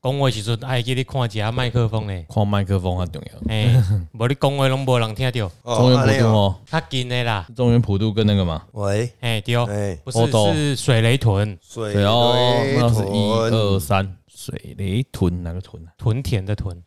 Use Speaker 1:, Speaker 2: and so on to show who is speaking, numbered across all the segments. Speaker 1: 讲话时阵爱记你看一下麦克风咧，
Speaker 2: 看麦克风较重要。
Speaker 1: 嘿，无你讲话拢无人听着，
Speaker 2: 中原普渡
Speaker 3: 哦
Speaker 2: 哦，
Speaker 1: 较近的啦，
Speaker 2: 中原普渡跟那个嘛，
Speaker 3: 安尼哦，喂，
Speaker 1: 嘿对，
Speaker 3: 哎，
Speaker 1: 不
Speaker 2: 我
Speaker 1: 是
Speaker 2: 懂
Speaker 1: 是水雷豚，
Speaker 3: 水
Speaker 2: 对哦，
Speaker 3: 雷
Speaker 2: 那是一二
Speaker 3: 屯，
Speaker 2: 三，水雷屯哪个屯啊？
Speaker 1: 屯田的屯，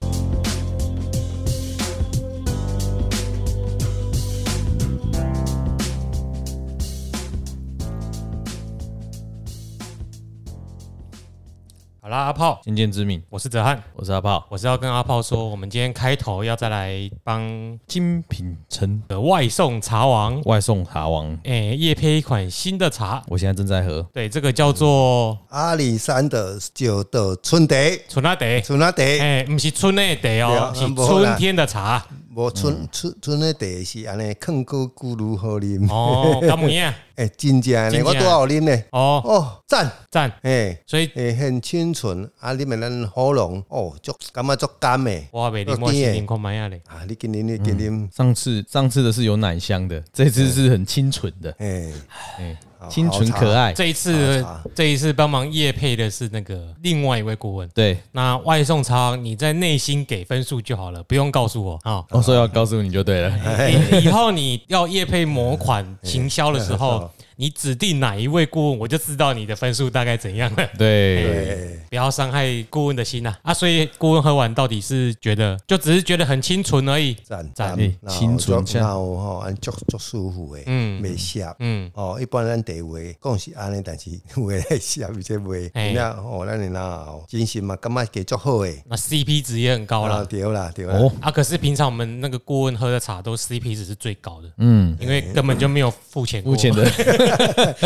Speaker 1: 好啦，阿炮，
Speaker 2: 先见之明，
Speaker 1: 我是哲翰，
Speaker 2: 我是阿炮。
Speaker 1: 我是要跟阿炮说，我们今天开头要再来帮
Speaker 2: 精品城
Speaker 1: 的外送茶王，
Speaker 2: 外送茶王，
Speaker 1: 诶、夜配一款新的茶，
Speaker 2: 我现在正在喝。
Speaker 1: 对，这个叫做
Speaker 3: 阿里山的九的春茶，
Speaker 1: 春阿茶，
Speaker 3: 春啊茶，
Speaker 2: 哎
Speaker 1: 诶、不是春的茶
Speaker 3: 对
Speaker 1: 哦
Speaker 3: 啊，
Speaker 1: 是
Speaker 3: 嗯不好啦
Speaker 1: 春天的茶
Speaker 3: 无
Speaker 2: 嗯
Speaker 3: 春春春的茶是安尼，坑哥咕噜好啉，
Speaker 1: 哦，干么样？
Speaker 3: 哎，真正呢，
Speaker 1: 真正
Speaker 3: 我多好啉呢，
Speaker 1: 哦，
Speaker 3: 哦，赞，
Speaker 1: 赞，
Speaker 3: 哎。
Speaker 1: 所以
Speaker 3: 诶，很清纯，啊，你们咱喉咙哦，足感觉足干诶。
Speaker 2: 哦
Speaker 1: 我袂啉，我
Speaker 3: 就甜
Speaker 1: 先
Speaker 3: 的
Speaker 1: 啉看卖啊咧，
Speaker 3: 啊，你今年你今年，
Speaker 2: 上次上次的是有奶香的，这次是很清纯的，
Speaker 3: 诶，
Speaker 2: 哎，
Speaker 3: 好
Speaker 2: 清纯可爱。
Speaker 1: 这一次
Speaker 3: 哦啊好茶
Speaker 1: 这一次帮忙夜配的是那个另外一位顾问。
Speaker 2: 对，
Speaker 1: 那外送茶王，你在内心给分数就好了，不用告诉我啊。
Speaker 3: 哦
Speaker 2: 我说要告诉你就对了。
Speaker 3: 哎
Speaker 1: 以以后你要夜配某款行销的时候，你指定哪一位顾问，我就知道你的分数大概怎样了。
Speaker 2: 对，
Speaker 3: 诶，
Speaker 1: 不要伤害顾问的心呐、啊！所以顾问喝完到底是觉得，就只是觉得很清纯而已。
Speaker 3: 赞
Speaker 1: 赞
Speaker 2: 哎
Speaker 3: 然后
Speaker 2: 清纯
Speaker 3: 足
Speaker 2: 像
Speaker 3: 然后吼，安足足舒服诶，
Speaker 1: 嗯
Speaker 3: 袂涩。
Speaker 1: 嗯，
Speaker 3: 哦，一般咱地位讲是安尼，但是有诶来涩，有些袂。
Speaker 1: 嘿
Speaker 3: 那哦，咱的那后精神嘛，感觉加足好诶。
Speaker 1: 那 CP 值也很高
Speaker 3: 啦，
Speaker 1: 啦。
Speaker 3: 对啦，对啦。
Speaker 2: 哦，
Speaker 1: 啊，可是平常我们那个顾问喝的茶都 CP 值是最高的，
Speaker 2: 嗯，
Speaker 1: 因为根本就没有付钱过，
Speaker 2: 肤浅的
Speaker 3: 哦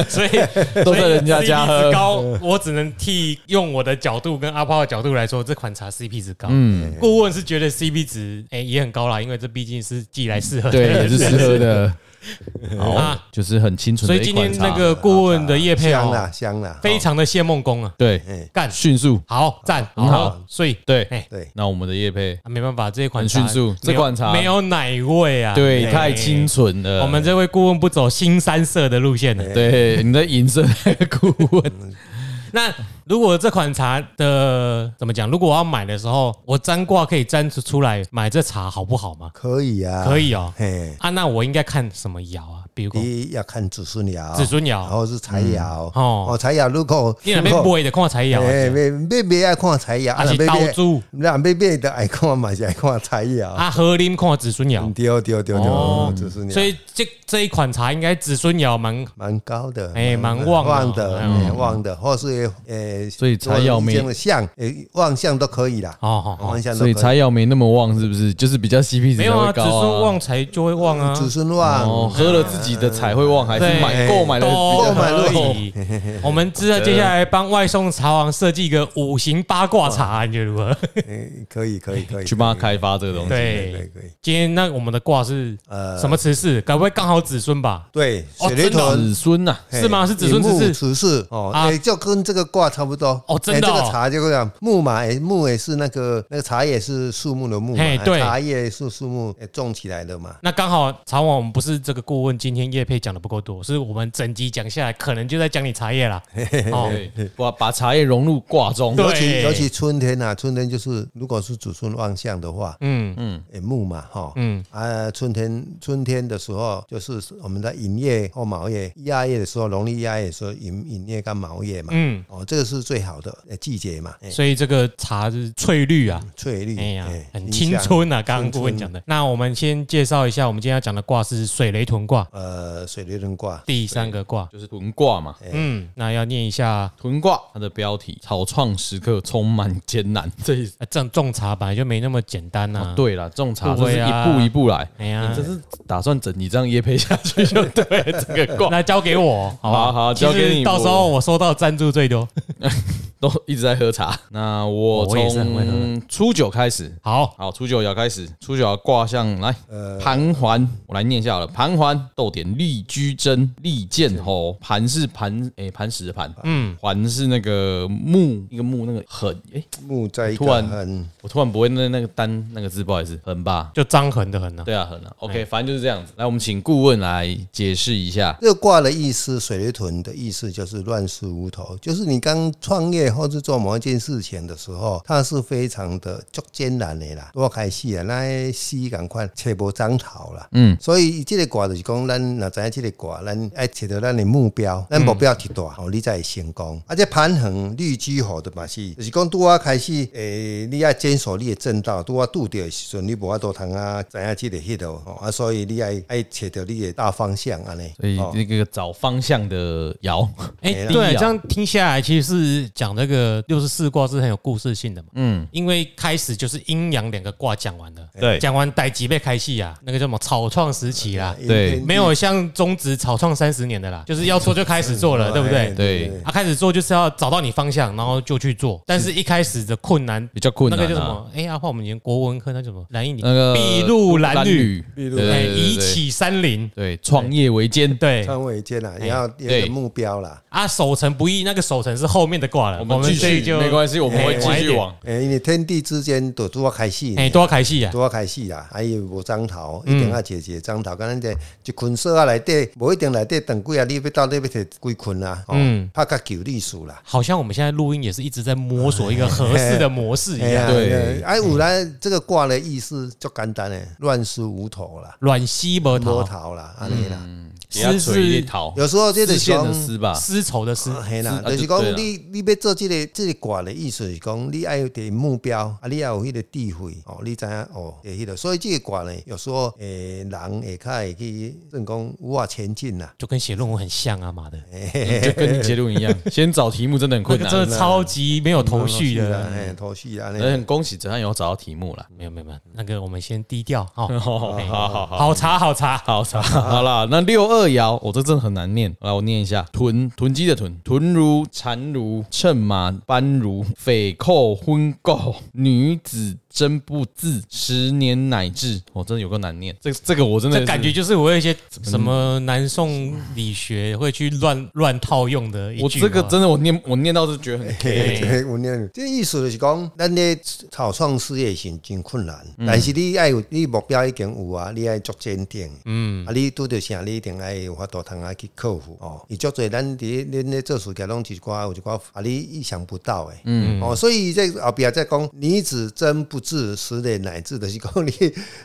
Speaker 1: 所以
Speaker 2: 都在人家家
Speaker 1: 所以 CP 值
Speaker 2: 喝。
Speaker 1: 高，我只能替用我的角度跟阿炮的角度来说，这款茶 CP 值高。嗯，顾问是觉得 CP 值哎、也很高啦，因为这毕竟是寄来适合的
Speaker 2: 对，哦也是适合 的。好
Speaker 1: 啊，
Speaker 2: 就是很清纯
Speaker 1: 所
Speaker 2: 的
Speaker 1: 以
Speaker 2: 一
Speaker 1: 今
Speaker 2: 款
Speaker 1: 天
Speaker 2: 茶。
Speaker 1: 那个顾问的叶配
Speaker 3: 香
Speaker 1: 哦
Speaker 3: 啦，，香啦，
Speaker 1: 非常的谢梦工啊，
Speaker 3: 哎
Speaker 2: 对，
Speaker 1: 干
Speaker 2: 迅速，
Speaker 1: 好赞，
Speaker 2: 很好
Speaker 1: 好，所以
Speaker 2: 对
Speaker 1: 哎，
Speaker 3: 对。
Speaker 2: 那我们的叶配，
Speaker 1: 啊没办法，这款
Speaker 2: 很
Speaker 1: 茶
Speaker 2: 迅速
Speaker 1: 没有
Speaker 2: 这款茶
Speaker 1: 没有奶味啊，
Speaker 2: 对，
Speaker 1: 哎
Speaker 2: 太清。纯了。
Speaker 1: 我们这位顾问不走新三色的路线的。
Speaker 2: 对你的银色那个顾问，
Speaker 3: 嗯
Speaker 1: 那如果这款茶的怎么讲？如果我要买的时候，我占卦可以占出出来买这茶好不好吗？
Speaker 3: 可以啊，
Speaker 1: 可。以哦。
Speaker 3: 嘿，
Speaker 1: 啊，那我应该看什么爻啊？比如说
Speaker 3: 第一要看子孙爻，
Speaker 1: 子孙爻
Speaker 3: 然后是财爻。
Speaker 1: 哦
Speaker 3: 哦，财爻如果
Speaker 1: 你那边买的看财爻
Speaker 3: 哎，
Speaker 1: 啊，
Speaker 3: 要要要爱看财爻，啊
Speaker 1: 还是
Speaker 3: 若
Speaker 1: 刀
Speaker 3: 要
Speaker 1: 猪
Speaker 3: 那要要的爱看嘛是爱看财爻。
Speaker 1: 啊，和林看子孙爻，
Speaker 3: 嗯对对对
Speaker 1: 哦
Speaker 3: 对，子
Speaker 2: 嗯
Speaker 3: 孙爻。
Speaker 1: 所以这这一款茶应该子孙爻蛮
Speaker 3: 啊蛮高的，
Speaker 1: 哎蛮旺的
Speaker 3: 的，
Speaker 1: 嗯
Speaker 3: 哎旺的，或是呃，
Speaker 2: 所以财曜命
Speaker 3: 这样的相，呃，旺相都可以啦，
Speaker 1: 哦哦哦
Speaker 3: 旺相都
Speaker 2: 所
Speaker 3: 可
Speaker 2: 以柴窑没那么旺，是不是？就是比较 CP
Speaker 1: 没
Speaker 2: 值才
Speaker 1: 有啊，
Speaker 2: 会
Speaker 1: 子孙
Speaker 2: 高啊。
Speaker 1: 旺财就会旺啊，
Speaker 3: 嗯子孙旺
Speaker 2: 哦，，喝了自己的才会旺，还是
Speaker 1: 对
Speaker 2: 买购买的
Speaker 1: 都
Speaker 2: 比较
Speaker 3: 购买
Speaker 1: 可
Speaker 3: 了
Speaker 1: 以。我们知道接下来帮外送茶王设计一个五行八卦茶，你觉得如何？
Speaker 3: 哎，可以可以可以，
Speaker 2: 去帮他开发这个东西。
Speaker 3: 可以，可以
Speaker 1: 对，
Speaker 3: 可以，
Speaker 1: 今天那我们的卦是
Speaker 3: 呃
Speaker 1: 什么词势？该不会刚好子孙吧？
Speaker 3: 对，
Speaker 1: 哦
Speaker 3: 水雷
Speaker 1: 真的哦
Speaker 3: 屯
Speaker 2: 子孙呐，
Speaker 3: 嘿
Speaker 1: 是吗是子孙
Speaker 3: 以木
Speaker 1: 子嗣
Speaker 3: 子嗣哦，
Speaker 1: 啊
Speaker 3: 哎，就跟这个卦差不多
Speaker 1: 哦真的
Speaker 3: 哎
Speaker 1: 哦
Speaker 3: 这个茶就这样，木嘛，哎，木也是那个那个茶也是树木的木嘛，
Speaker 1: 嘿
Speaker 3: 哎
Speaker 1: 对
Speaker 3: 茶叶是树木哎种起来的嘛，
Speaker 1: 那刚好茶王，我们不是这个顾问，今天叶配讲的不够多，是我们整集讲下来，可能就在讲你茶叶啦。哦，
Speaker 2: 对，把把茶叶融入卦中。
Speaker 1: 对
Speaker 3: 尤其尤其春天啊，春天就是如果是子孙旺相的话，
Speaker 1: 嗯嗯，
Speaker 3: 诶木嘛，哈，
Speaker 1: 嗯
Speaker 3: 嗯啊，春天春天的时候，就是我们的寅夜或卯夜，亚夜的时候，农历亚夜的时候，寅寅夜跟卯夜嘛，
Speaker 1: 嗯
Speaker 3: 哦，这个是最好的呃季节嘛，哎
Speaker 1: 所以这个茶是翠绿啊，
Speaker 3: 翠绿，
Speaker 1: 哎呀
Speaker 3: 哎，
Speaker 1: 很青春啊！刚刚顾问讲，
Speaker 3: 清香
Speaker 1: 的。那我们先介绍一下，我们今天要讲的卦是水雷屯卦，
Speaker 3: 春呃，水雷人卦，
Speaker 1: 第三个卦。
Speaker 2: 就是屯卦嘛，
Speaker 1: 嗯，那要念一下。
Speaker 2: 屯卦它的标题“草创时刻充满艰难”，这一
Speaker 1: 啊种种茶本来就没那么简单呐、
Speaker 2: 哦，对了，种茶就是
Speaker 1: 对
Speaker 2: 一
Speaker 1: 啊
Speaker 2: 步一步来。
Speaker 1: 哎呀
Speaker 2: 你这是打算整你这样叶配下去就对了这个卦
Speaker 1: 那交给我，好吧？
Speaker 2: 好好
Speaker 1: 其实
Speaker 2: 交给你
Speaker 1: 到时候我收到赞助最多。
Speaker 2: 都一直在喝茶。那我
Speaker 1: 我也是很会喝
Speaker 2: 从初九开始，
Speaker 1: 好，
Speaker 2: 好，初九爻开始，初九爻卦象来，
Speaker 1: 呃
Speaker 2: 盘桓，我来念一下好了。盘桓，逗点，利居贞，利剑吼，盘是盘，诶，磐石的盘，嗯，环是那个木，一个木那个很，诶，
Speaker 3: 木在一个
Speaker 2: 突然
Speaker 3: 很
Speaker 2: 我突然不会那那个单那个字，不好意思，很吧。
Speaker 1: 就张衡的很啊。
Speaker 2: 对啊，很啊，OK，反正就是这样子。来，我们请顾问来解释一下。
Speaker 3: 这个卦的意思，水雷屯的意思就是乱世无头，就是你刚创业或是做某一件事情的时候，它是非常的足艰难的啦。我开始啊，那死赶快切无长头啦。
Speaker 2: 嗯，
Speaker 3: 所以这个卦就是讲，咱若知影这个卦，咱爱切到咱的目标，
Speaker 1: 嗯
Speaker 3: 咱目标提大，吼、你才会成功。啊，这盘恒绿居好的嘛是，就是讲拄啊开始，诶、你要坚守你的正道，拄啊拄着的时阵，你无法度通啊，知影这个迄度，吼啊，所以你爱爱切到你的大方向安尼。
Speaker 2: 所以
Speaker 3: 哦
Speaker 2: 那个找方向的爻，
Speaker 1: 哎、
Speaker 3: 没了
Speaker 1: 对，
Speaker 2: 必要
Speaker 1: 这样听下来，其实是讲这个六十四卦是很有故事性的嘛。
Speaker 2: 嗯，
Speaker 1: 因为开始就是阴阳两个卦讲完了，
Speaker 2: 对
Speaker 1: 讲完逮几倍开戏啊，那个叫什么草创时期啦，
Speaker 2: 对
Speaker 1: 没有像中职草创三十年的啦，就是要做就开始做了，对不
Speaker 3: 哎
Speaker 1: 对？
Speaker 2: 对
Speaker 1: 啊，开始做就是要找到你方向，然后就去做。但是一开始的困难，
Speaker 2: 比较困
Speaker 1: 那
Speaker 2: 难
Speaker 1: 个叫什
Speaker 2: 啊。
Speaker 1: 么？哎，阿华，我们以前国文科那叫什么？蓝一你
Speaker 2: 那个
Speaker 1: 筚路蓝缕，
Speaker 2: 筚
Speaker 3: 路
Speaker 2: 对
Speaker 1: 哎，
Speaker 2: 对对
Speaker 1: 以
Speaker 2: 对
Speaker 1: 启山林，
Speaker 2: 对创业维艰，
Speaker 1: 对。
Speaker 3: 创伟间
Speaker 1: 哎
Speaker 3: 啦，也要有一
Speaker 2: 对
Speaker 3: 个目标啦。
Speaker 1: 啊，守成不易，那个守成是后面的卦了，我
Speaker 2: 继
Speaker 1: 这
Speaker 2: 续
Speaker 1: 一就
Speaker 2: 没关系，我们会继续。往。
Speaker 3: 诶、因为天地之间都拄啊开始呢。
Speaker 1: 哎，多开戏啊！
Speaker 3: 拄啊开始啦，还有无章头，
Speaker 2: 嗯
Speaker 3: 一定要解决章头。敢咱这一捆绳啊内底，无一定内底长几啊，你要到底要摕几捆啊？嗯，拍较久历史啦。
Speaker 1: 好像我们现在录音也是一直在摸索一个合适的模式
Speaker 3: 哎
Speaker 1: 一
Speaker 3: 呀，
Speaker 1: 样。
Speaker 2: 对嗯
Speaker 3: 哎，有咱这个卦的意思足简单诶，乱世无头啦，
Speaker 1: 软西伯
Speaker 3: 摸
Speaker 1: 桃，
Speaker 3: 头
Speaker 2: 嗯
Speaker 3: 啦，安尼啦。
Speaker 2: 也要
Speaker 1: 丝
Speaker 2: 垂一
Speaker 1: 是
Speaker 2: 桃，
Speaker 3: 有时候这
Speaker 2: 丝
Speaker 3: 就是
Speaker 2: 线的
Speaker 3: 讲
Speaker 2: 丝吧，
Speaker 1: 丝绸的丝，
Speaker 3: 嘿啦，
Speaker 2: 是啊
Speaker 3: 就
Speaker 2: 就对
Speaker 3: 是讲
Speaker 2: 啦
Speaker 3: 你你要做这个这个卦的意思是讲，你要有一个目标，啊，你要有迄个智慧哦，你知影哦，会迄个，所以这个卦呢，有时候诶，人会较会去，算讲无法前进啦。
Speaker 1: 就跟写论文很像啊！妈的，
Speaker 2: 就跟结论一 样。先找题目真的很
Speaker 1: 那
Speaker 2: 哎困
Speaker 1: 个
Speaker 2: 难啊
Speaker 1: 真，的超级没有头绪
Speaker 3: 啦，
Speaker 1: 的。
Speaker 3: 哎，头绪啊，
Speaker 2: 而
Speaker 3: 那
Speaker 2: 很恭喜陈汉有找到题目了。
Speaker 1: 没有没有没有，那个我们先低调哈，
Speaker 2: 好好好好
Speaker 1: 哦好查好查。
Speaker 2: 好， 好啦，那六二爻，我、这真的很难念，来我念一下：豚豚鸡的豚，豚如单如乘马班如匪寇昏垢，女子真不字，十年乃至。我、真的有个难念，这这个我真的
Speaker 1: 这
Speaker 2: 是
Speaker 1: 感觉就是我有一些什么南宋理学会去乱乱套用的一
Speaker 2: 我
Speaker 1: 句
Speaker 2: 这个
Speaker 1: 话
Speaker 2: 真的我念我念到就觉得很 K，
Speaker 3: 嘿这个有念这个意思就是讲，咱咧草创事业是真困难，但是你爱有你目标已经有啊，你爱足坚定，嗯，啊，你拄着啥，你一定爱有法度通啊去克服哦。伊足侪咱伫恁咧做事业拢是一寡有一寡啊，你意想不到诶，嗯，哦，所以这后壁再讲，女子真不至，十年乃至，就是讲你，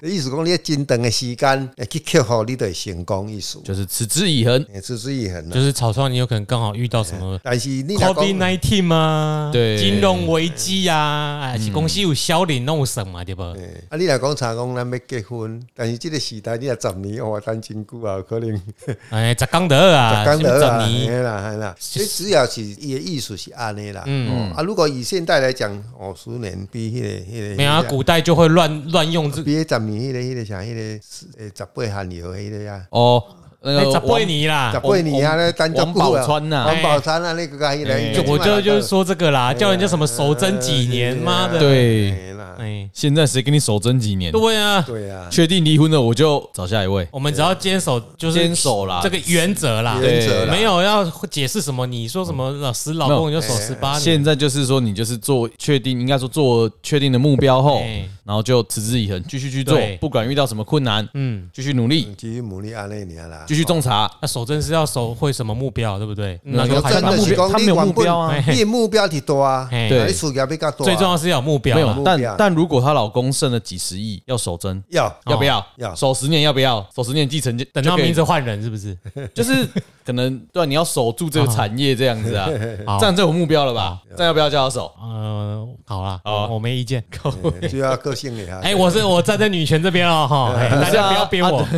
Speaker 3: 意思讲你要真长诶时间会去克服，你就会成功意思，
Speaker 2: 就是持之以恒。
Speaker 3: 也持之以恒啊
Speaker 1: 就是草创，你有可能刚好遇到什么
Speaker 3: 但是你若
Speaker 1: COVID
Speaker 3: 讲
Speaker 1: nineteen 啊，
Speaker 2: 对
Speaker 1: 金融危机啊，哎，是公司有小林弄什么对不？
Speaker 3: 欸啊，你若讲查讲咱要结婚，但是即个时代你若十年哇，等真久啊，有可能十
Speaker 1: 哎，十工得 啊，
Speaker 3: 工得啊，
Speaker 1: 你
Speaker 3: 嘿啦嘿啦，所以主要是伊的意思是安尼啦。嗯啊，如果以现代来讲，哦，十年比迄、个迄、
Speaker 1: 没有啊，
Speaker 3: 那个
Speaker 1: 古代就会乱乱用这
Speaker 3: 比迄十年迄、个迄、个啥迄、个十诶十八汉以后迄个啊。
Speaker 2: 哦，那
Speaker 1: 哎
Speaker 2: 个
Speaker 1: 杂
Speaker 2: 王
Speaker 1: 贝尼
Speaker 3: 十
Speaker 1: 啦。
Speaker 3: 八年啊，咧等足
Speaker 2: 王
Speaker 3: 久
Speaker 2: 宝
Speaker 3: 啊，
Speaker 2: 钏呐
Speaker 3: 王宝钏啊，那个甲迄个，
Speaker 1: 哎就我就就是说这个啦，叫人家什么守贞几年，
Speaker 3: 哎
Speaker 1: 妈的，
Speaker 2: 对
Speaker 3: 呃啊嘿啦，
Speaker 1: 哎，
Speaker 2: 现在谁给你守贞几年？
Speaker 1: 对啊，
Speaker 3: 对啊，
Speaker 2: 确定离婚了，我就找下一位。
Speaker 1: 我们只要坚守就是
Speaker 2: 坚守啦
Speaker 1: 这个原则啦，
Speaker 3: 原则啦
Speaker 1: 没有要解释什么，你说什么老死老公啊你就守十八年
Speaker 2: 哎现，在就是说，你就是做确定，应该说做确定的目标后
Speaker 1: 哎，
Speaker 2: 然后就持之以恒，继续去做
Speaker 1: 对，
Speaker 2: 不管遇到什么困难，
Speaker 1: 嗯，
Speaker 2: 继续努力，
Speaker 3: 继续努力安尼尔啦，
Speaker 2: 继续种茶。
Speaker 1: 那守贞是要守会什么目标，对不对？那
Speaker 2: 有
Speaker 1: 就排
Speaker 2: 还是
Speaker 3: 真
Speaker 1: 把
Speaker 3: 的
Speaker 1: 目
Speaker 3: 是
Speaker 1: 标，
Speaker 3: 讲
Speaker 2: 他没
Speaker 3: 你
Speaker 2: 有
Speaker 3: 原
Speaker 2: 目
Speaker 3: 本
Speaker 2: 标啊
Speaker 3: 你的目标是大啊，
Speaker 1: 嘿
Speaker 2: 对
Speaker 3: 啊你事业比较大啊，
Speaker 1: 最重要是要有目标
Speaker 2: 没
Speaker 1: 啦
Speaker 2: 有，
Speaker 3: 目，标
Speaker 2: 但但如果她老公剩了几十亿，要守贞，
Speaker 3: 要
Speaker 2: 要不要？
Speaker 3: 要
Speaker 2: 守十年，要不要？守十年继承就
Speaker 1: 等到
Speaker 2: 就可以
Speaker 1: 名字换人是不是？
Speaker 2: 就是可能对啊，你要守住这个产业这样子啊，
Speaker 1: 好
Speaker 2: 这样就有目标了
Speaker 1: 哦
Speaker 2: 吧？这样要不要叫他守？
Speaker 1: 呃，好啦，
Speaker 2: 好啊
Speaker 1: 我我没意见。
Speaker 3: 哦就要个性的啊。
Speaker 1: 哎，我是我站在女权这边哦， 哈，哎大家不要编我，
Speaker 2: 啊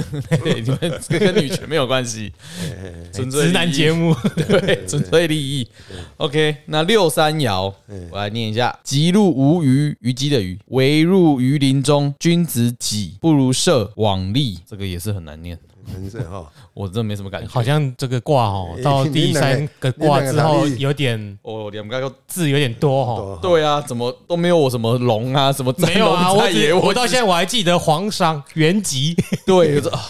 Speaker 2: 对，你们这个跟女权没有关 系，纯粹利益
Speaker 1: 直男节目。
Speaker 2: 对，纯粹利益。OK，那六三爻，
Speaker 1: 嗯
Speaker 2: 我来念一下：极入无鱼，虞姬的虞，为入鱼林中，君子己不如射网利。这个也是很难念，
Speaker 3: 人生哈，
Speaker 2: 我真的没什么感觉。
Speaker 1: 好像这个卦 哦，到第三个卦之后有点
Speaker 2: 哦，两个都
Speaker 1: 字有点多哦。
Speaker 2: 对啊，怎么都没有我什么龙啊，什么
Speaker 1: 没有啊，
Speaker 2: 战龙
Speaker 1: 我
Speaker 2: 在野
Speaker 1: 只我到
Speaker 2: 只
Speaker 1: 现在我还记得皇上原籍，
Speaker 2: 对，我说啊，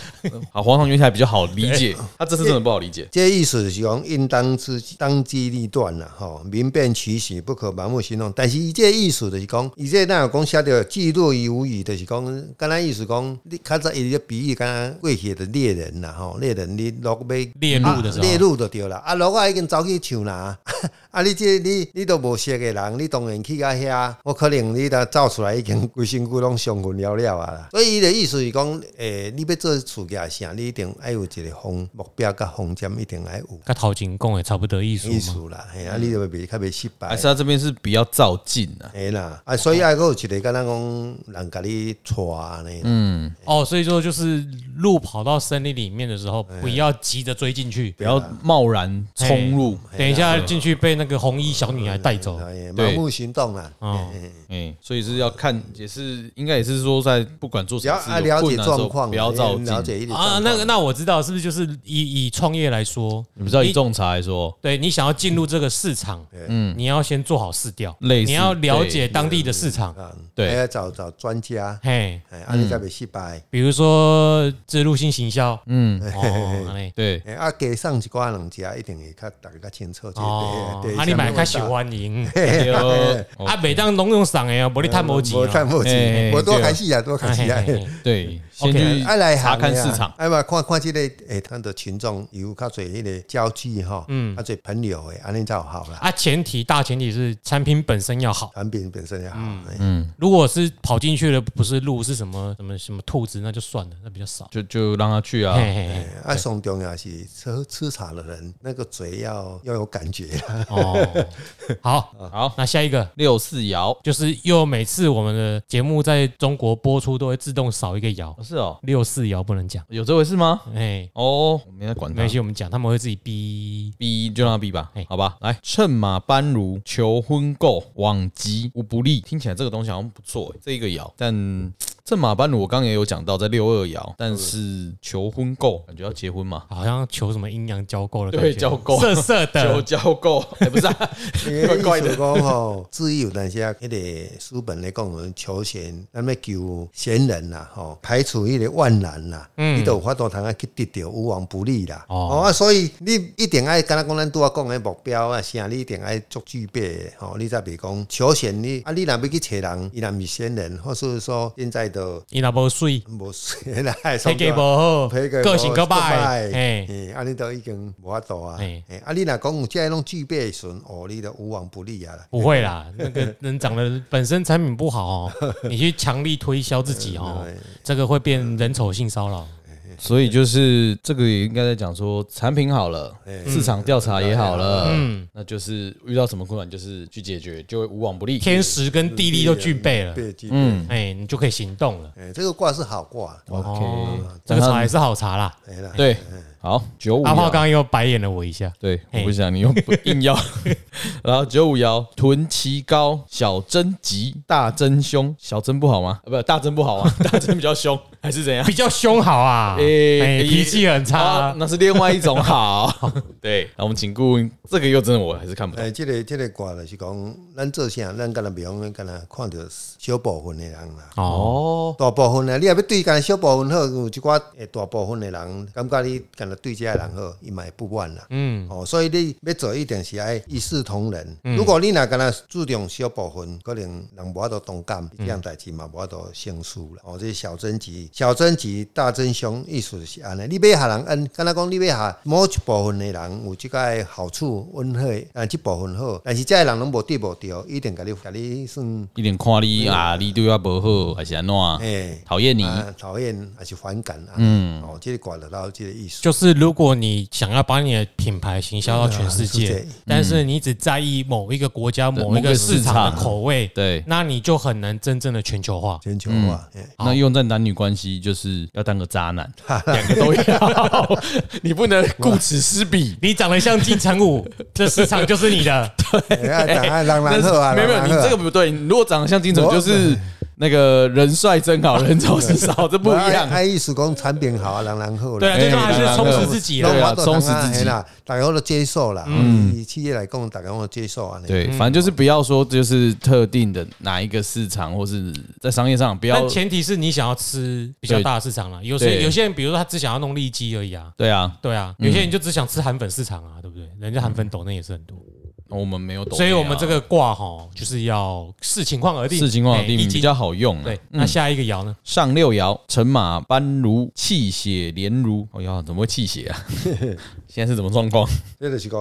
Speaker 2: 好，皇上原起来比较好理解，他这次真的不好理解。
Speaker 3: 这意思是讲应当知当机立断啦，吼，明辨其实，不可盲目行动。但是伊这意思就是讲，伊这哪有讲写着记录于无语，就是讲，敢若意思讲，你较早伊个比喻，敢若过去的掠猎人啦吼，猎人你落尾
Speaker 1: 猎鹿的时候
Speaker 3: 猎鹿啊就对啦。啊，落啊已经走去树啦， 啊，你这你你都无熟的人，你当然去到遐，我可能你若走出来已经规身躯拢伤痕了了啊啦。所以伊的意思是讲，诶、你要做事业啥，你一定爱有一个方目标甲方针，一定爱有
Speaker 1: 跟头前讲的差不多意思
Speaker 3: 意
Speaker 1: 嘛。
Speaker 3: 思啦，嘿啊，你就袂较袂失败
Speaker 1: 哎
Speaker 2: 嗯还。是他这边是比较照进啊，
Speaker 3: 哎啦，啊，所以啊，个有一个敢若讲人甲你带呢，嗯，
Speaker 1: 哦，所以说就是路跑到森林里面的时候，不要急着追进去
Speaker 2: 哎不，要贸然
Speaker 1: 哎
Speaker 2: 冲入。哎
Speaker 1: 嘿等一下进去被那个红衣小女孩带走。
Speaker 3: 哎
Speaker 2: 对
Speaker 3: 盲目行动啦，
Speaker 1: 哦
Speaker 3: 嘿嘿
Speaker 2: 哎，所以是要看，也是应该也是说，在不管做
Speaker 3: 只
Speaker 2: 什
Speaker 3: 要
Speaker 2: 么事
Speaker 3: 啊
Speaker 2: 有
Speaker 3: 了
Speaker 2: 困
Speaker 3: 解
Speaker 2: 难的时
Speaker 3: 状
Speaker 2: 候，
Speaker 3: 况，
Speaker 2: 不要照
Speaker 3: 了
Speaker 2: 进。
Speaker 3: 解一点
Speaker 1: 啊，
Speaker 3: 状况
Speaker 1: 那个，那我知道，是不是就是以以创业来说，
Speaker 2: 你不知道以仲裁来说，
Speaker 1: 对你想要进入这个市场，嗯，你要先做好市调，
Speaker 2: 类似
Speaker 1: 你要了解当地的市场，
Speaker 3: 啊，
Speaker 2: 对
Speaker 3: 还要找找专家，
Speaker 1: 嘿，
Speaker 3: 哎，啊，你才袂失败，
Speaker 1: 比如说这路性行销，嗯，哦，安尼
Speaker 2: 对，
Speaker 3: 哎，啊，加上一寡人家一定会较大家较清楚，
Speaker 1: 哦
Speaker 3: 这对，对
Speaker 1: 啊，你买较
Speaker 3: 较
Speaker 1: 受欢迎，
Speaker 2: 对哦
Speaker 1: 啊，每当拢用上的哦，无你太无钱
Speaker 3: 我
Speaker 1: 哦，
Speaker 3: 看无
Speaker 2: 哎
Speaker 3: 钱，我多
Speaker 2: 对啊
Speaker 3: 开始啊，多开
Speaker 1: 嘿
Speaker 3: 始啊
Speaker 1: 嘿。嘿
Speaker 2: 对，先
Speaker 1: OK，
Speaker 2: 去
Speaker 3: 爱来行
Speaker 2: 查
Speaker 3: 的
Speaker 2: 看
Speaker 3: 啊
Speaker 2: 市场，
Speaker 3: 哎嘛，看看这个诶，他的群众有较侪迄个交际吼，嗯，较侪朋友诶，安尼才有好啦。
Speaker 1: 啊，前提大前提是产品本身要好。
Speaker 3: 产品本身也好，哎
Speaker 1: 如果是跑进去的不是路是什么什么什么兔子，那就算了，那比较少。
Speaker 2: 就就让他去啊。
Speaker 1: 嘿嘿嘿，
Speaker 3: 啊，上重要是吃吃茶的人，那个嘴要要有感觉啦。
Speaker 1: 哦，好，
Speaker 2: 好，
Speaker 1: 那下一个
Speaker 2: 六四爻
Speaker 1: 就是又每次我们的节目在中国播出都会自动少一个爻
Speaker 2: 哦，是哦，
Speaker 1: 六四爻不能讲，
Speaker 2: 有这回事吗？
Speaker 1: 哎，
Speaker 2: 哦，我没在管
Speaker 1: 没
Speaker 2: 他
Speaker 1: 关。系，我们讲他们会自己逼。
Speaker 2: B 就让他 B 吧
Speaker 1: 嘿，
Speaker 2: 好吧，来趁马班如求婚购网吉无不利，听起来这个东西好像不错、欸，这一个爻，但趁马班如我刚刚也有讲到在六二爻，但是求婚购感觉要结婚嘛，
Speaker 1: 好像求什么阴阳交媾的感觉，
Speaker 2: 对交媾
Speaker 1: 色色
Speaker 2: 求
Speaker 1: 的，
Speaker 2: 交购、欸、不是、啊，
Speaker 3: 因为意思讲吼，至于有当下迄啊个书本来讲，我们求贤，咱么求贤人啦，吼，排除迄个万难啦，你都有法度通啊去得到无往不利啦。
Speaker 1: 哦
Speaker 3: 哦啊，所以你一定爱，敢若讲咱拄啊讲的目标啊，啥你一定爱足具备的，吼，你才袂讲求贤你啊，你若要去找人，伊若毋是贤人，或是说现在都嗯
Speaker 1: 伊若无水，
Speaker 3: 无 贤啦，
Speaker 2: 啊
Speaker 1: 体格无好，
Speaker 3: 配哦个
Speaker 1: 个性个败，
Speaker 3: 哎
Speaker 1: 哎，，
Speaker 3: 嘿啊，你都已经无法度啊，
Speaker 1: 嘿
Speaker 3: 哎，啊，你若讲有这种具备的时阵，哦，你都无往不利啊啦。
Speaker 1: 不会 啦，那个人长得本身产品不好哦，你去强力推销自己哦，这个会变人丑性骚扰。
Speaker 2: 嗯所以就是这个也应该在讲说产品好了，市场调查也好了，嗯，那就是遇到什么困难就是去解决，就会无往不利。
Speaker 1: 天时跟地利都具备了，
Speaker 3: 对，具备。
Speaker 2: 嗯
Speaker 1: 哎，你就可以行动了。哦
Speaker 3: 哎，这个卦是好卦，
Speaker 2: ，OK，
Speaker 1: 这个茶也是好茶啦。
Speaker 3: 哎啦，
Speaker 2: 对，好九五
Speaker 1: 阿炮
Speaker 2: 爻
Speaker 1: 刚。刚又白眼了我一下，
Speaker 2: 对，我
Speaker 1: 嘿
Speaker 2: 不想你又不硬 要。然后九五爻，臀其高，小贞吉，大贞凶。小贞不好吗？啊，不，大贞不好啊， 大贞比较凶，还是怎样？
Speaker 1: 比较凶好啊，哎，脾气很
Speaker 2: 啊
Speaker 1: 差，
Speaker 2: 那是另外一种好。 对，那我们请顾问，这个又真的我还是看不懂。
Speaker 3: 哎，这个这个卦就是讲，咱做啥，咱敢若袂用，敢若看到小部分的人啦。
Speaker 1: 哦。
Speaker 2: 哦，
Speaker 3: 大部分呢，你若要对干小部分好，有一寡诶大部分的人，感觉你干若对这个人好，伊嘛会不满啦。嗯，哦，所以你要做一定是爱一视同仁。如果你若干若注重小部分，可能人无法度同感，这样代志嘛无法度成事啦。哦，这是小贞吉，小贞吉，大贞凶，意思是安尼。你要下人恩，敢若讲你要下某一部分的人有即个好处，温和，但即部分好，但是这个人拢无对无对，一定甲你甲你算。
Speaker 2: 一点看你啊，你对我不好，还是安怎样？啊
Speaker 3: 诶。
Speaker 2: 讨厌你。
Speaker 3: 啊，讨厌还是反感啊？嗯，哦，这个管得到这个意思。
Speaker 1: 就是如果你想要把你的品牌行销到全世
Speaker 3: 嗯啊
Speaker 1: 界
Speaker 3: 是这，
Speaker 1: 但是你只在意某一个国家、某一
Speaker 2: 某
Speaker 1: 个
Speaker 2: 个
Speaker 1: 市
Speaker 2: 市
Speaker 1: 场的
Speaker 2: 场
Speaker 1: 口味，
Speaker 2: 对，
Speaker 1: 那你就很难真正的全球化。
Speaker 3: 全球化，哎
Speaker 2: 那用在男女关系，就是要当个渣男，两个都要， 你不能顾此失彼。
Speaker 1: 你长得像金城 武，这市场就是你的。
Speaker 3: 哎啊，当然 当
Speaker 2: 但
Speaker 3: 然
Speaker 2: 是
Speaker 3: 好啊，
Speaker 2: 没有没有，
Speaker 3: 人
Speaker 2: 你
Speaker 3: 人好啊
Speaker 2: 这个不对。你如果长得像金城，
Speaker 3: 我
Speaker 2: 就是那个人帅真好，人丑是 少，这不一
Speaker 3: 爱
Speaker 2: 样。
Speaker 3: 爱啊意思讲产品好啊，人人好啦
Speaker 1: 对啊，
Speaker 2: 哎
Speaker 1: 最重要还是充实自己
Speaker 2: 对
Speaker 1: 啦。
Speaker 2: 啊充实自己
Speaker 3: 嘿啦，大家都接受啦。嗯，以企业来讲，大家都接受啊。这
Speaker 1: 嗯
Speaker 3: 样，
Speaker 2: 对，反正就是不要说就是特定的哪一个市场，或是在商业上不要
Speaker 1: 但。前提是你想要吃比较大的市场啦。有些
Speaker 2: 对
Speaker 1: 有些人，比如说他只想要弄利基而已啊。
Speaker 2: 对啊，
Speaker 1: 对啊，有些人就只想吃韩粉市场啊，对不对？人家韩粉抖那也是很多。
Speaker 2: 我们没有嗯抖内啊，
Speaker 1: 所以我们这个卦哈，就是要视情况而定，
Speaker 2: 视情况而定
Speaker 1: 哎易
Speaker 2: 比
Speaker 1: 经
Speaker 2: 较好用啊。
Speaker 1: 对。那下一个爻呢？
Speaker 2: 上六爻，乘马班如，气血连如。哎呀，怎么会气血 啊？现在是什么状况？
Speaker 3: 这就是讲，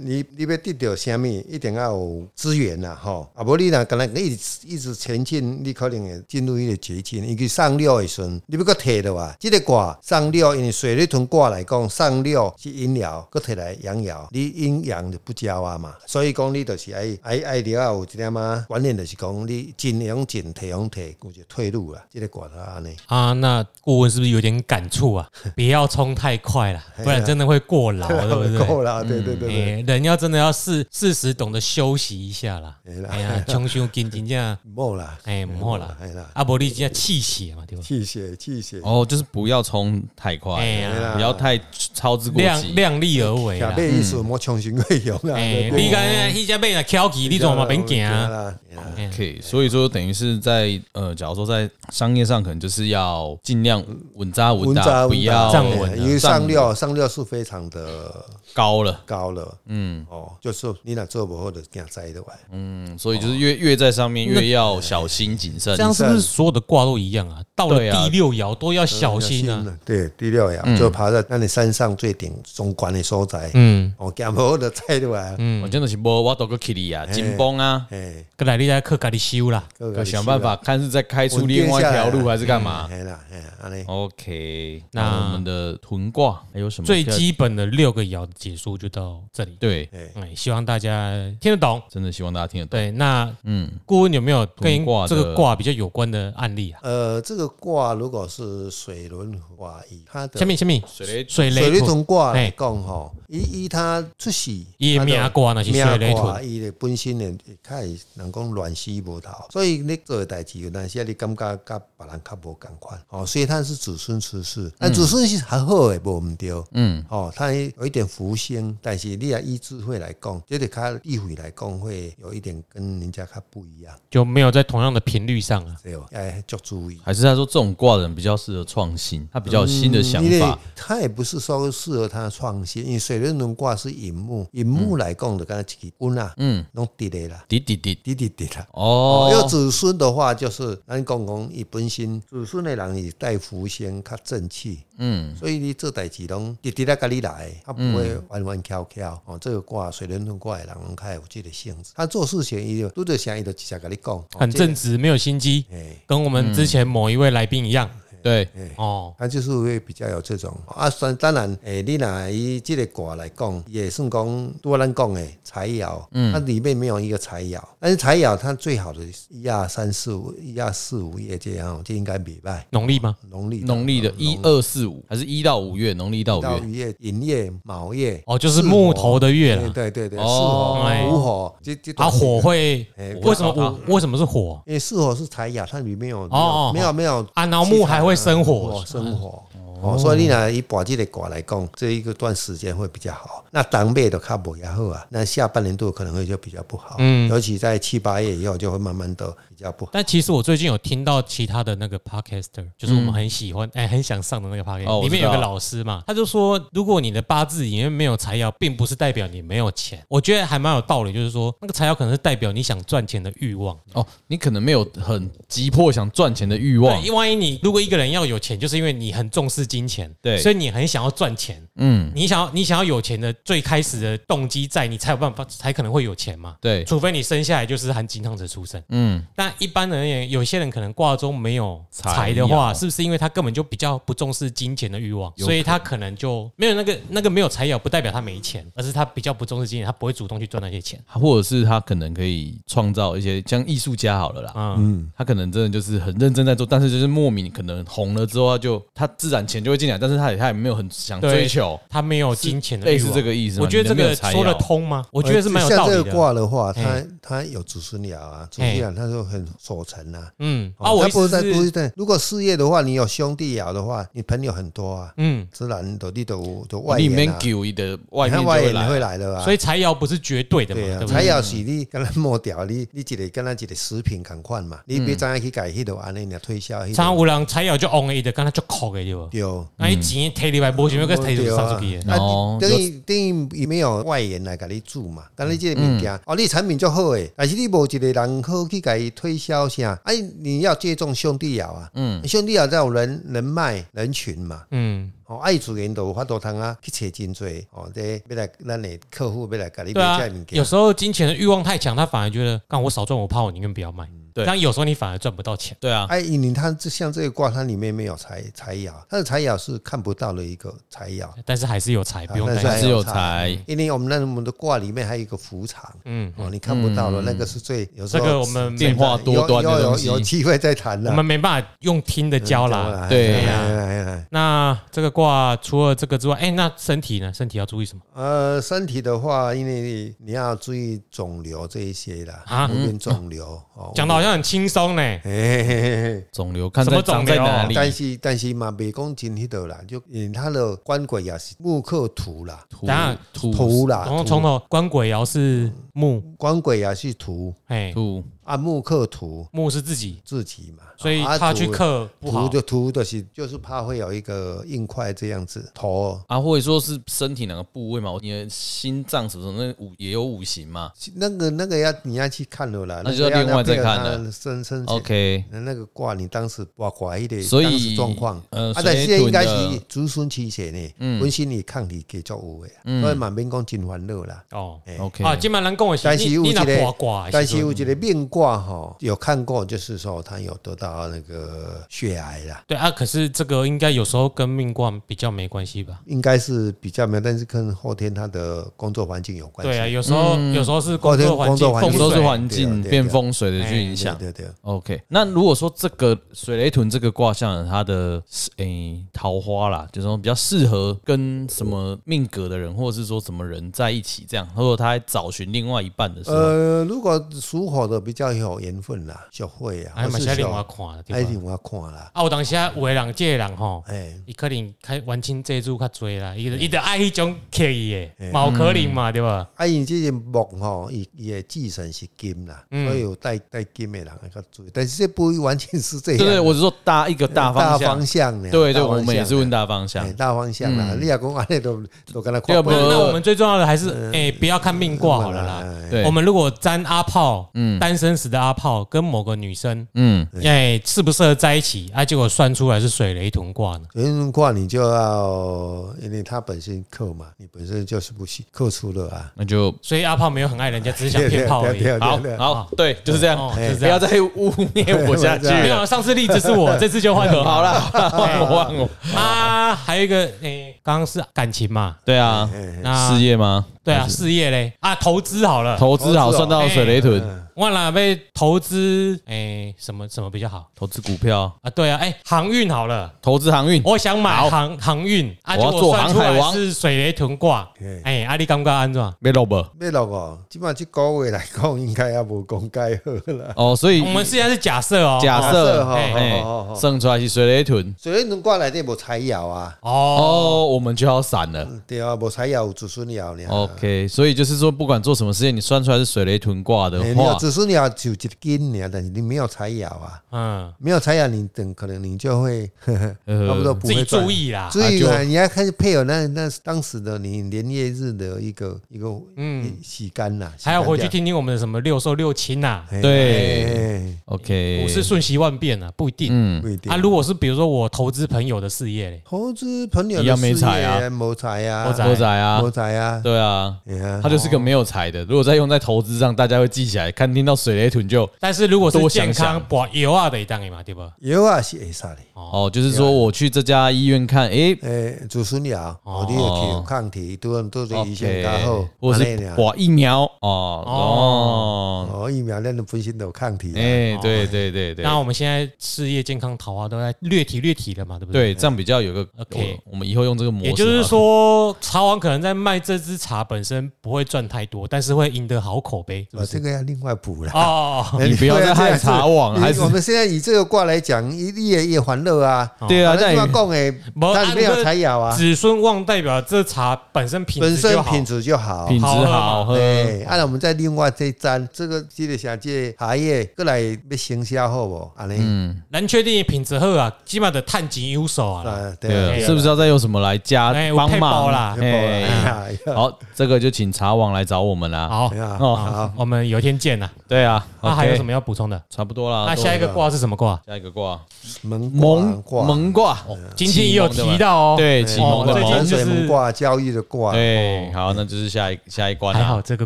Speaker 3: 你你要得到什么，一定要有资源啦，吼。啊，无你若敢若一直一直前进，你可能会进入迄个绝境。伊去上料的时阵，你要搁摕落来，即、个卦上料，因为水利屯卦来讲，上料是阴爻，搁摕来阳爻，你阴阳就不交啊嘛。所以讲，你就是爱爱爱了有一点啊，观念就是讲，你进用进，退用退，有一个退路啦。即、个卦就安尼。
Speaker 1: 啊，那顾问是不是有点感触啊？不要冲太快了，不然真的会过 劳，哦对不对？
Speaker 3: 够啦，对对对对，
Speaker 1: 哎，人要真的要适适时懂得休息一下啦。
Speaker 3: 哎啦
Speaker 1: 哎呀，穷修紧真正
Speaker 3: 无啦，
Speaker 1: 哎唔好啦
Speaker 3: 哎啦，
Speaker 1: 啊，无你真正气血嘛，对吧？
Speaker 3: 气血气血。
Speaker 2: 哦，就是不要冲太快
Speaker 1: 哎，呀，
Speaker 2: 不要太操之过
Speaker 1: 量
Speaker 2: 急。
Speaker 1: 量力而为
Speaker 3: 下
Speaker 1: 啦。
Speaker 3: 辈意
Speaker 2: 嗯
Speaker 3: 思莫重新去用啦。
Speaker 1: 哎，
Speaker 3: 啊对
Speaker 1: 你讲迄只马若啊翘起，你怎么嘛免行啊？
Speaker 3: 啦，对啦
Speaker 2: OK，所以说等于是在呃，假如说在商业上，可能就是要尽量稳扎稳
Speaker 3: 稳
Speaker 2: 打，
Speaker 3: 扎
Speaker 2: 不
Speaker 3: 稳
Speaker 2: 要
Speaker 3: 打，
Speaker 1: 站稳啊
Speaker 3: 因为
Speaker 2: 站
Speaker 3: 上
Speaker 2: 稳
Speaker 3: 料上料是非常的
Speaker 2: 高了。
Speaker 3: 高了，嗯，哦，就是你若做不好的，惊栽的完，
Speaker 2: 嗯，所以就是越越在上面越要小心谨慎
Speaker 1: 这。样是不是所有的卦都一样啊？到了
Speaker 2: 对啊
Speaker 1: 第六爻都要小心啊。
Speaker 3: 了。对，第六
Speaker 2: 嗯
Speaker 3: 爻就爬到那你山上最顶中观的所在，
Speaker 1: 嗯，
Speaker 3: 哦，惊不好的栽的完，
Speaker 2: 嗯我真的是无我都个 Kitty 啊，紧绷啊，
Speaker 3: 哎，
Speaker 1: 过来你再克家己修啦。
Speaker 2: 要想办法看是在开出另外一条路还是干嘛哦
Speaker 3: 哎啊啦，哎呀，安尼，
Speaker 2: ？OK，
Speaker 1: 那
Speaker 2: 那我们的屯卦还有什么
Speaker 1: 最
Speaker 2: 比较
Speaker 1: 基本的六个爻的解说就到这里。
Speaker 2: 对，
Speaker 1: 哎，希望大家听得懂。
Speaker 2: 真的希望大家听得懂。
Speaker 1: 对，那
Speaker 2: 嗯，
Speaker 1: 顾问有没有跟
Speaker 2: 图卦的
Speaker 1: 这个卦比较有关的案例啊？
Speaker 3: 呃，这个卦如果是水轮卦，以它的
Speaker 1: 下面下面
Speaker 2: 水雷
Speaker 1: 水
Speaker 3: 水
Speaker 1: 雷
Speaker 3: 雷
Speaker 1: 图
Speaker 3: 同卦来
Speaker 1: 嘿
Speaker 3: 讲吼，以以它出世，
Speaker 1: 伊的
Speaker 3: 它就啊
Speaker 1: 命卦若是水雷图，
Speaker 3: 伊的本身的较会人讲乱死无头，所以你做的代志有当时啊你感觉甲别人较无共款哦。虽然是子孙出世，
Speaker 1: 嗯
Speaker 3: 但子孙是还好的，无毋对。嗯，哦，他有一点福星，但是你若啊以智慧来讲，这个较智慧来讲会有一点跟人家较不一样，
Speaker 1: 就没有在同样的频率上啊。
Speaker 3: 对吧？哎，足注意。
Speaker 2: 还是他说这种挂的人比较适合创新，他比较有新的想
Speaker 3: 嗯因为
Speaker 2: 法。
Speaker 3: 他也不是说适合他创新，因为水轮轮卦是引木，引木来讲就刚才一支棍啊，嗯，拢直的啦，
Speaker 2: 滴滴滴，
Speaker 3: 直直直啦。哦，要
Speaker 2: 哦，
Speaker 3: 子孙的话，就是咱讲讲伊本身子孙的人是带福星，较正气，
Speaker 2: 嗯，
Speaker 3: 所以你做代志拢直直来甲你来的，他不会弯弯翘翘。哦，这个卦水轮轮卦的人拢较有这个性质，他做事情伊就拄着啥伊就直接甲你讲，哦
Speaker 1: 很正。直，没有心机，
Speaker 3: 这个哎，
Speaker 1: 跟我
Speaker 2: 嗯
Speaker 1: 们之前某一位来宾一样
Speaker 2: 对，
Speaker 1: 哦。
Speaker 3: 他就是会比较有这种啊，当当然，诶、你若以这个卦来讲，也算讲多咱讲诶财爻，
Speaker 1: 嗯
Speaker 3: 它里面没有一个财爻，但是财爻它最好的一二三四五，一二四五页这样哦，这应该袂歹。
Speaker 1: 农历吗？
Speaker 3: 农历的
Speaker 2: 农历的一二四五，还是一到五月，农历到五
Speaker 3: 到
Speaker 2: 月。
Speaker 3: 渔业、银业、卯业，
Speaker 1: 哦，就是
Speaker 3: 是
Speaker 1: 木头的月
Speaker 3: 对
Speaker 1: 了。
Speaker 3: 对对对，巳
Speaker 2: 哦
Speaker 3: 火
Speaker 1: 哎、
Speaker 3: 午火，这这
Speaker 1: 啊，
Speaker 3: 都是
Speaker 1: 火，会
Speaker 3: 哎
Speaker 1: 为什么
Speaker 2: 不要
Speaker 1: 我为什么是火
Speaker 3: 因为巳火是财爻，它里面有
Speaker 1: 哦
Speaker 3: 没有没有
Speaker 1: 啊？然后木还会生火
Speaker 3: 火，生火。哦，所以你若以把这个卦来讲，这一个段时间会比较好。那当月的较不也好啊，那下半年度可能会就比较不好，嗯，尤其在七八月以后就会慢慢的比较不好。
Speaker 1: 但其实我最近有听到其他的那个 podcaster，就是我们很喜欢、哎、很想上的那个 podcast，、
Speaker 2: 嗯哦
Speaker 1: 里
Speaker 2: 我知道
Speaker 1: 面有个老师嘛，他就说，如果你的八字里面没有财爻，并不是代表你没有钱。我觉得还蛮有道理，就是说那个财爻可能是代表你想赚钱的欲望。
Speaker 2: 哦，你可能没有很急迫想赚钱的欲望。
Speaker 1: 对，万一你如果一个人要有钱，就是因为你很重视金钱，
Speaker 2: 对
Speaker 1: 所以你很想要赚钱。
Speaker 2: 嗯，
Speaker 1: 你想要你想要有钱的最开始的动机在，你才有办法，才可能会有钱嘛。
Speaker 2: 对，
Speaker 1: 除非你生下来就是含金汤匙出生。
Speaker 2: 嗯，
Speaker 1: 但一般而言，有些人可能挂钟没有
Speaker 2: 财
Speaker 1: 财的话，
Speaker 2: 爻
Speaker 1: 是不是因为他根本就比较不重视金钱的欲望，
Speaker 2: 有
Speaker 1: 所以他可能就没有那个那个没有财爻，不代表他没钱，而是他比较不重视金钱，他不会主动去赚那些钱。
Speaker 2: 或者是他可能可以创造一些像艺术家好了啦，嗯，他可能真的就是很认真在做，但是就是莫名可能红了之后，他就他自然钱就会进来，但是他也他也没有很想
Speaker 1: 对
Speaker 2: 追求，
Speaker 1: 他没有金钱的
Speaker 2: 类
Speaker 1: 欲
Speaker 2: 似
Speaker 1: 望，
Speaker 2: 这个意思吗
Speaker 1: 我觉得这
Speaker 2: 你的没
Speaker 1: 个
Speaker 2: 有财
Speaker 1: 说得
Speaker 2: 爻
Speaker 1: 通吗？我觉得是蛮有
Speaker 3: 呃像
Speaker 1: 道理
Speaker 3: 这个
Speaker 1: 的。哎
Speaker 3: 卦的话，它
Speaker 1: 嘿
Speaker 3: 它有子孙爻啊，子孙爻它就很守成啊。
Speaker 1: 嗯，
Speaker 3: 哦
Speaker 1: 啊，我
Speaker 3: 它
Speaker 1: 意思
Speaker 3: 不是在不
Speaker 1: 是，
Speaker 3: 是在，如果事业的话，你有兄弟爻的话，你朋友很多啊，
Speaker 1: 嗯，
Speaker 3: 自然的你都都外
Speaker 2: 里
Speaker 3: 援
Speaker 2: 面
Speaker 3: 啊，
Speaker 2: 给一的
Speaker 3: 你
Speaker 2: 外面
Speaker 3: 看
Speaker 2: 就
Speaker 3: 外
Speaker 2: 会
Speaker 3: 援会
Speaker 2: 来，
Speaker 3: 来的啊。
Speaker 1: 所以财爻不是绝对的嘛，嗯
Speaker 3: 对
Speaker 1: 对
Speaker 3: 啊，
Speaker 1: 不
Speaker 3: 才
Speaker 1: 对？
Speaker 3: 要是你跟咱抹掉，你你一个跟咱一个食品
Speaker 1: 嗯
Speaker 3: 同款嘛，你别怎样去改迄度安尼，你推销迄
Speaker 1: 常常
Speaker 3: 度。
Speaker 1: 有人财爻就 on 的，刚才就 call 的对吧？
Speaker 3: 对，对。
Speaker 1: 那你钱摕入来，无想要个摕
Speaker 3: 对
Speaker 1: 就
Speaker 3: 啊
Speaker 1: 上出去的。
Speaker 2: 哦
Speaker 3: 啊，等于等于伊没有外援来甲你做嘛，但你
Speaker 1: 嗯
Speaker 3: 这个物件，哦，你产品足好诶，但是你无一个人好去甲伊推销啥，哎，你要借种兄弟窑啊，嗯，兄弟窑才有人人脉人群嘛，
Speaker 1: 嗯，
Speaker 3: 哦，爱自然都有法度通啊去找真多，哦，这要来咱诶客户要来甲你
Speaker 1: 对啊
Speaker 3: 买这物，
Speaker 1: 有
Speaker 3: 件，
Speaker 1: 时候金钱的欲望太强，他反而觉得，干我少赚我怕我宁愿不要卖。
Speaker 3: 嗯
Speaker 2: 对
Speaker 1: 但有时候你反而赚不到钱。
Speaker 2: 对啊，
Speaker 3: 哎，你看这像这个卦，它里面没有财财爻，它的财爻是看不到的一个财爻，
Speaker 1: 但是还是有财，不用
Speaker 3: 但
Speaker 1: 担
Speaker 3: 是
Speaker 1: 心。
Speaker 3: 还
Speaker 2: 只有
Speaker 3: 财
Speaker 2: 财，
Speaker 3: 因为我们那我们的卦里面还有一个伏藏，
Speaker 1: 嗯，
Speaker 3: 哦，你看不到了，那个是最有时
Speaker 1: 这
Speaker 3: 候啊
Speaker 1: 个我们没
Speaker 2: 电话多端
Speaker 3: 有
Speaker 2: 的
Speaker 3: 有
Speaker 2: 东
Speaker 3: 有有
Speaker 2: 西。
Speaker 3: 机会再谈
Speaker 1: 我
Speaker 3: 了。嗯
Speaker 1: 们没办法用听的教啦。
Speaker 2: 对
Speaker 1: 啊
Speaker 3: 哎哎哎哎
Speaker 1: 那这个卦除了这个之外，哎，那身体呢？身体要注意什么
Speaker 3: 呃，身体的话，因为你要注意肿瘤这一些啦，
Speaker 1: 啊
Speaker 3: 无边肿瘤哦。哎
Speaker 1: 讲的好像很轻松呢。
Speaker 3: 嘿嘿嘿
Speaker 2: 肿瘤看
Speaker 1: 什
Speaker 2: 在
Speaker 1: 么肿
Speaker 2: 长在
Speaker 1: 瘤
Speaker 2: 哪
Speaker 3: 嘿
Speaker 2: 里？
Speaker 3: 但是但是嘛，袂讲真迄度啦，就因为它的关节也是木克土啦，
Speaker 2: 土
Speaker 1: 等下
Speaker 2: 土
Speaker 3: 土啦，
Speaker 1: 然后
Speaker 3: 土
Speaker 1: 哦从头关鬼爻是木，
Speaker 3: 关节也啊是土
Speaker 1: 哎，
Speaker 2: 土
Speaker 3: 啊，木克土
Speaker 1: 木是自己，
Speaker 3: 自己嘛，
Speaker 1: 所以
Speaker 3: 啊
Speaker 1: 他去
Speaker 3: 土
Speaker 1: 克不
Speaker 3: 土
Speaker 1: 好。
Speaker 3: 就土就是就是怕会有一个硬块这样子头。
Speaker 2: 啊，或者说是身体哪个部位嘛？你的心脏什么什么那五也有五行嘛
Speaker 3: 那个那个要你要去看了啦，
Speaker 2: 那
Speaker 3: 个
Speaker 2: 就要
Speaker 3: 要
Speaker 2: 另外再
Speaker 3: 配合
Speaker 2: 看
Speaker 3: 他
Speaker 2: 了
Speaker 3: 深深浅
Speaker 2: ？OK，
Speaker 3: 那那个卦你当时挂挂一点，
Speaker 2: 所以
Speaker 3: 当时状况，
Speaker 2: 呃
Speaker 3: 啊，但
Speaker 2: 水
Speaker 3: 现在应该
Speaker 2: 豚的嗯
Speaker 3: 是子孙期血呢，本身你抗体给足有诶，所以满免讲真烦恼啦。
Speaker 1: 哦，
Speaker 2: OK，
Speaker 3: 哎
Speaker 1: 啊，今晚人跟我
Speaker 3: 但是有
Speaker 1: 你
Speaker 3: 一
Speaker 1: 那
Speaker 3: 个
Speaker 1: 卦
Speaker 2: 啊
Speaker 1: 卦，，
Speaker 3: 但是有一个命卦哈，有看过，就是说他有得到那个血癌啦，
Speaker 1: 对啊，可是这个应该有时候跟命卦比较没关系吧？
Speaker 3: 应该是比较没有，但是跟后天他的工作环境有关系。哦
Speaker 1: 对啊，有时候有时候是工作环
Speaker 3: 工
Speaker 1: 境风
Speaker 3: 作，
Speaker 2: 有
Speaker 3: 环境
Speaker 2: 时候是
Speaker 1: 水
Speaker 2: 环境
Speaker 3: 对啊
Speaker 2: 变风水的去影
Speaker 3: 对
Speaker 2: 响。
Speaker 3: 对对，
Speaker 2: OK，那如果说这个水雷屯这个卦象，它的诶、桃花啦，就是说比较适合跟什么命格的人，或者是说什么人在一起这样，或者他在找寻另外一半的时候，
Speaker 3: 呃，如果属火的比较有缘分啦，学会啊，
Speaker 1: 哎，嘛
Speaker 3: 或
Speaker 1: 是
Speaker 3: 是
Speaker 1: 要
Speaker 3: 学
Speaker 1: 另外看的，
Speaker 3: 爱
Speaker 1: 对吧？
Speaker 3: 另外看啦，
Speaker 1: 啊，有当时啊，有的人这个人吼，
Speaker 3: 哎。
Speaker 1: 伊可能开玩亲这主较多啦，伊就伊就爱迄种刻意
Speaker 3: 哎
Speaker 1: 的，嘛有可能嘛，对吧？
Speaker 3: 啊，因即个木吼，伊伊的自身是金啦，所以有带带金的人会较注意。但是这不完全是这
Speaker 2: 对
Speaker 3: 样，
Speaker 2: 对，我是说搭一个大方向，
Speaker 3: 向呢。
Speaker 2: 对对，
Speaker 3: 大啊方
Speaker 2: 我
Speaker 3: 向
Speaker 2: 们也是
Speaker 3: 呢
Speaker 2: 问大方向
Speaker 3: 哎，大方向啦。你若讲安尼都都跟他
Speaker 2: 对
Speaker 1: 那
Speaker 2: 啊
Speaker 3: 看
Speaker 2: 不
Speaker 1: 那我们最重要的还是，
Speaker 3: 嗯
Speaker 1: 哎，不要看命卦好了啦。
Speaker 3: 啦。
Speaker 2: 对，
Speaker 1: 我们如果沾阿炮，单身时的阿炮跟某个女生，
Speaker 2: 嗯，
Speaker 1: 哎，适不适合在一起啊？结果算出来是水雷同卦呢。
Speaker 3: 有人卦你就要，因为他本身克嘛，你本身就是不行，克出了啊。
Speaker 2: 那就
Speaker 1: 所以阿炮没有很爱人家，只是想骗炮而已。
Speaker 2: 好
Speaker 3: 对对
Speaker 2: 好，对，就是这样
Speaker 1: 哦，就
Speaker 2: 哎
Speaker 1: 是
Speaker 2: 不
Speaker 1: 这
Speaker 2: 要
Speaker 1: 样
Speaker 2: 再污蔑我下去
Speaker 1: 没
Speaker 2: 了。
Speaker 1: 有，啊上次例子是 我，这次就换 我。
Speaker 2: 好了，换我换我。
Speaker 1: 啊，还有一个，诶，刚刚是感情嘛，
Speaker 2: 对啊，
Speaker 1: 哎那
Speaker 2: 事业吗？
Speaker 1: 对啊，事业嘞啊，投资好了。
Speaker 2: 投资好，算到水雷屯，
Speaker 1: 我啦被投资，诶，什么什么比较好
Speaker 2: 投资股票，
Speaker 1: 啊？对啊，诶，航运好了。
Speaker 2: 投资航运。
Speaker 1: 我想买航航运啊，
Speaker 2: 嗯我
Speaker 1: 结
Speaker 2: 要
Speaker 1: 果
Speaker 2: 做
Speaker 1: 算
Speaker 2: 航
Speaker 1: 出
Speaker 2: 海
Speaker 1: 来
Speaker 2: 王
Speaker 1: 是水雷屯卦
Speaker 3: 嘿。
Speaker 1: 哎，啊，你感觉安怎？
Speaker 2: 没萝卜
Speaker 3: 要落哦，即码即个月来讲，应该也无讲介好啦。
Speaker 2: 哦，所以
Speaker 1: 我们现在是假设哦，
Speaker 2: 假设
Speaker 3: 好
Speaker 1: 哎
Speaker 2: 哎
Speaker 3: 好好好，
Speaker 2: 生出来是水雷屯
Speaker 3: 所以能挂来这无柴窑啊，
Speaker 1: 哦，嗯
Speaker 2: 哦，我们就要散了。
Speaker 3: 对啊，无柴窑有子孙窑呢。
Speaker 1: 哦
Speaker 2: OK，所以就是说，不管做什么事情，你算出来是水雷屯卦的
Speaker 1: 哎
Speaker 3: 欸你有
Speaker 1: 啊
Speaker 2: 话，
Speaker 3: 只是你要有一个根呢，但是你没有柴窑啊，
Speaker 1: 嗯，
Speaker 3: 没有柴窑，你等可能你就会呵呵
Speaker 2: 呃
Speaker 3: 差不多不
Speaker 1: 自己
Speaker 3: 会赚
Speaker 1: 注。意啦。
Speaker 3: 注意
Speaker 2: 啊
Speaker 3: 啊！你要开始配合那那当时的你连夜日的一个一个嗯洗干呐，
Speaker 1: 还要回去
Speaker 3: 洗
Speaker 1: 听听我们的什么六兽六亲啊呐，
Speaker 3: 干掉
Speaker 2: 对
Speaker 3: 哎
Speaker 2: OK，
Speaker 1: 股市瞬息万变啊，不一定。
Speaker 2: 嗯
Speaker 3: 不一定
Speaker 1: 啊，。如果是比如说我投资朋友的事业嘞，
Speaker 3: 投资朋友
Speaker 2: 一
Speaker 3: 的
Speaker 2: 样
Speaker 3: 事
Speaker 2: 没
Speaker 3: 业
Speaker 2: 财啊
Speaker 3: 没财啊，
Speaker 1: 没财
Speaker 2: 狗仔啊
Speaker 3: 没，财啊，
Speaker 2: 对啊，
Speaker 3: 哎呀
Speaker 2: 他就是个没有才的。如果再用在投资上，大家会记起来。看听到水雷屯就
Speaker 1: 但是如果是
Speaker 2: 多想
Speaker 1: 健康
Speaker 2: 想，
Speaker 1: 把油啊的当嘛，对吧？
Speaker 3: 有啊是会使的。
Speaker 2: 哦，就是说
Speaker 1: 啊
Speaker 2: 我去这家医院看，诶，
Speaker 3: 诶，子孙窑，哦，你有去有抗体，都都对医生较
Speaker 2: OK，
Speaker 3: 好，
Speaker 2: 或
Speaker 3: 安尼
Speaker 2: 是
Speaker 3: 尔
Speaker 2: 打疫苗哦哦，
Speaker 3: 哦疫苗咱的本身都有抗体啊，
Speaker 2: 哎，对对对对
Speaker 1: 哦那，我们现在事业、健康、桃花都在略提略提了嘛，对不对？
Speaker 2: 对，这样比较有个
Speaker 1: OK
Speaker 2: 我我们以后用这个模式，啊
Speaker 1: 也就是，说，茶王可能在卖这支茶本身不会赚太多，但是会赢得好口碑，是
Speaker 3: 啊，
Speaker 1: 不是？
Speaker 3: 这个要另外补啦。
Speaker 1: 哦，
Speaker 2: 你不要再害茶网
Speaker 3: 你
Speaker 2: 哦还是
Speaker 3: 我们现在以这个卦来讲，一夜夜欢乐啊，
Speaker 2: 对啊，
Speaker 3: 那
Speaker 2: 但
Speaker 3: 你讲诶，
Speaker 1: 没
Speaker 3: 它里面有柴窑啊，
Speaker 1: 哦子孙旺代表这茶本身品
Speaker 3: 本
Speaker 1: 质
Speaker 3: 身
Speaker 1: 就好
Speaker 3: 品。质就好。
Speaker 2: 品质好喝，
Speaker 3: 对，啊，那我们再另外再沾这个，这个啥，这个茶叶过来要行销好不？安尼，
Speaker 2: 嗯，
Speaker 1: 能确定品质好啊，起码得探井优手啊啦。
Speaker 3: 啊，
Speaker 2: 对
Speaker 3: 啊
Speaker 2: 啊，是不是要再用什么来加
Speaker 1: 哎有
Speaker 2: 帮
Speaker 1: 配包
Speaker 2: 忙
Speaker 1: 啦
Speaker 3: 有没有
Speaker 2: 哎
Speaker 3: 啦哎呀
Speaker 2: 好，这个就请茶网来找我们啦。
Speaker 1: 好
Speaker 3: 哎，呀
Speaker 2: 哦
Speaker 3: 好，
Speaker 1: 我们有一天见呐。
Speaker 2: 对啊，
Speaker 1: 那还有
Speaker 2: OK，
Speaker 1: 什么要补充的？
Speaker 2: 差不多啦。
Speaker 1: 那
Speaker 2: 都
Speaker 1: 下一个卦是什么卦？
Speaker 2: 下一个卦，
Speaker 3: 蒙
Speaker 2: 蒙
Speaker 3: 卦
Speaker 2: 蒙卦，
Speaker 1: 哦今天也有
Speaker 2: 启蒙
Speaker 1: 提
Speaker 2: 的嘛，
Speaker 1: 到哦。
Speaker 2: 对启蒙
Speaker 1: 哦
Speaker 2: 的
Speaker 1: 最
Speaker 2: 蒙
Speaker 1: 近
Speaker 3: 风，
Speaker 1: 就是
Speaker 3: 水蒙卦、交易的卦，
Speaker 2: 对，好，那就是下一下一关
Speaker 1: 还
Speaker 2: 啦。
Speaker 1: 好这个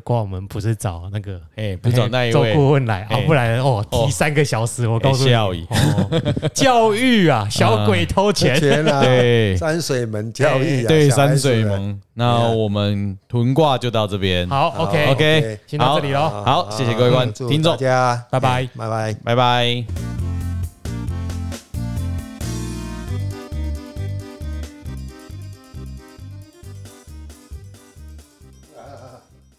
Speaker 1: 卦我们不是找那个
Speaker 2: 哎，不找那一
Speaker 1: 周
Speaker 2: 位
Speaker 1: 顾问来啊
Speaker 2: 哎，
Speaker 1: 不然哦
Speaker 2: 哦
Speaker 1: 提三个小时，我告诉你
Speaker 2: 哎笑矣
Speaker 1: 哦 教育啊，小鬼偷 钱，
Speaker 3: 钱啊，
Speaker 2: 对
Speaker 3: 山水门交易啊，
Speaker 2: 对
Speaker 3: 小孩
Speaker 2: 山
Speaker 3: 子
Speaker 2: 水
Speaker 3: 的，
Speaker 2: 蒙，那我们屯卦就到这边。
Speaker 1: 好，OK，
Speaker 2: ，OK，
Speaker 1: 先到这
Speaker 2: 好
Speaker 1: 里喽，
Speaker 2: 好谢谢各位观
Speaker 3: 祝
Speaker 2: 听众
Speaker 3: 大家
Speaker 1: 拜拜
Speaker 3: 拜拜。
Speaker 2: 拜拜。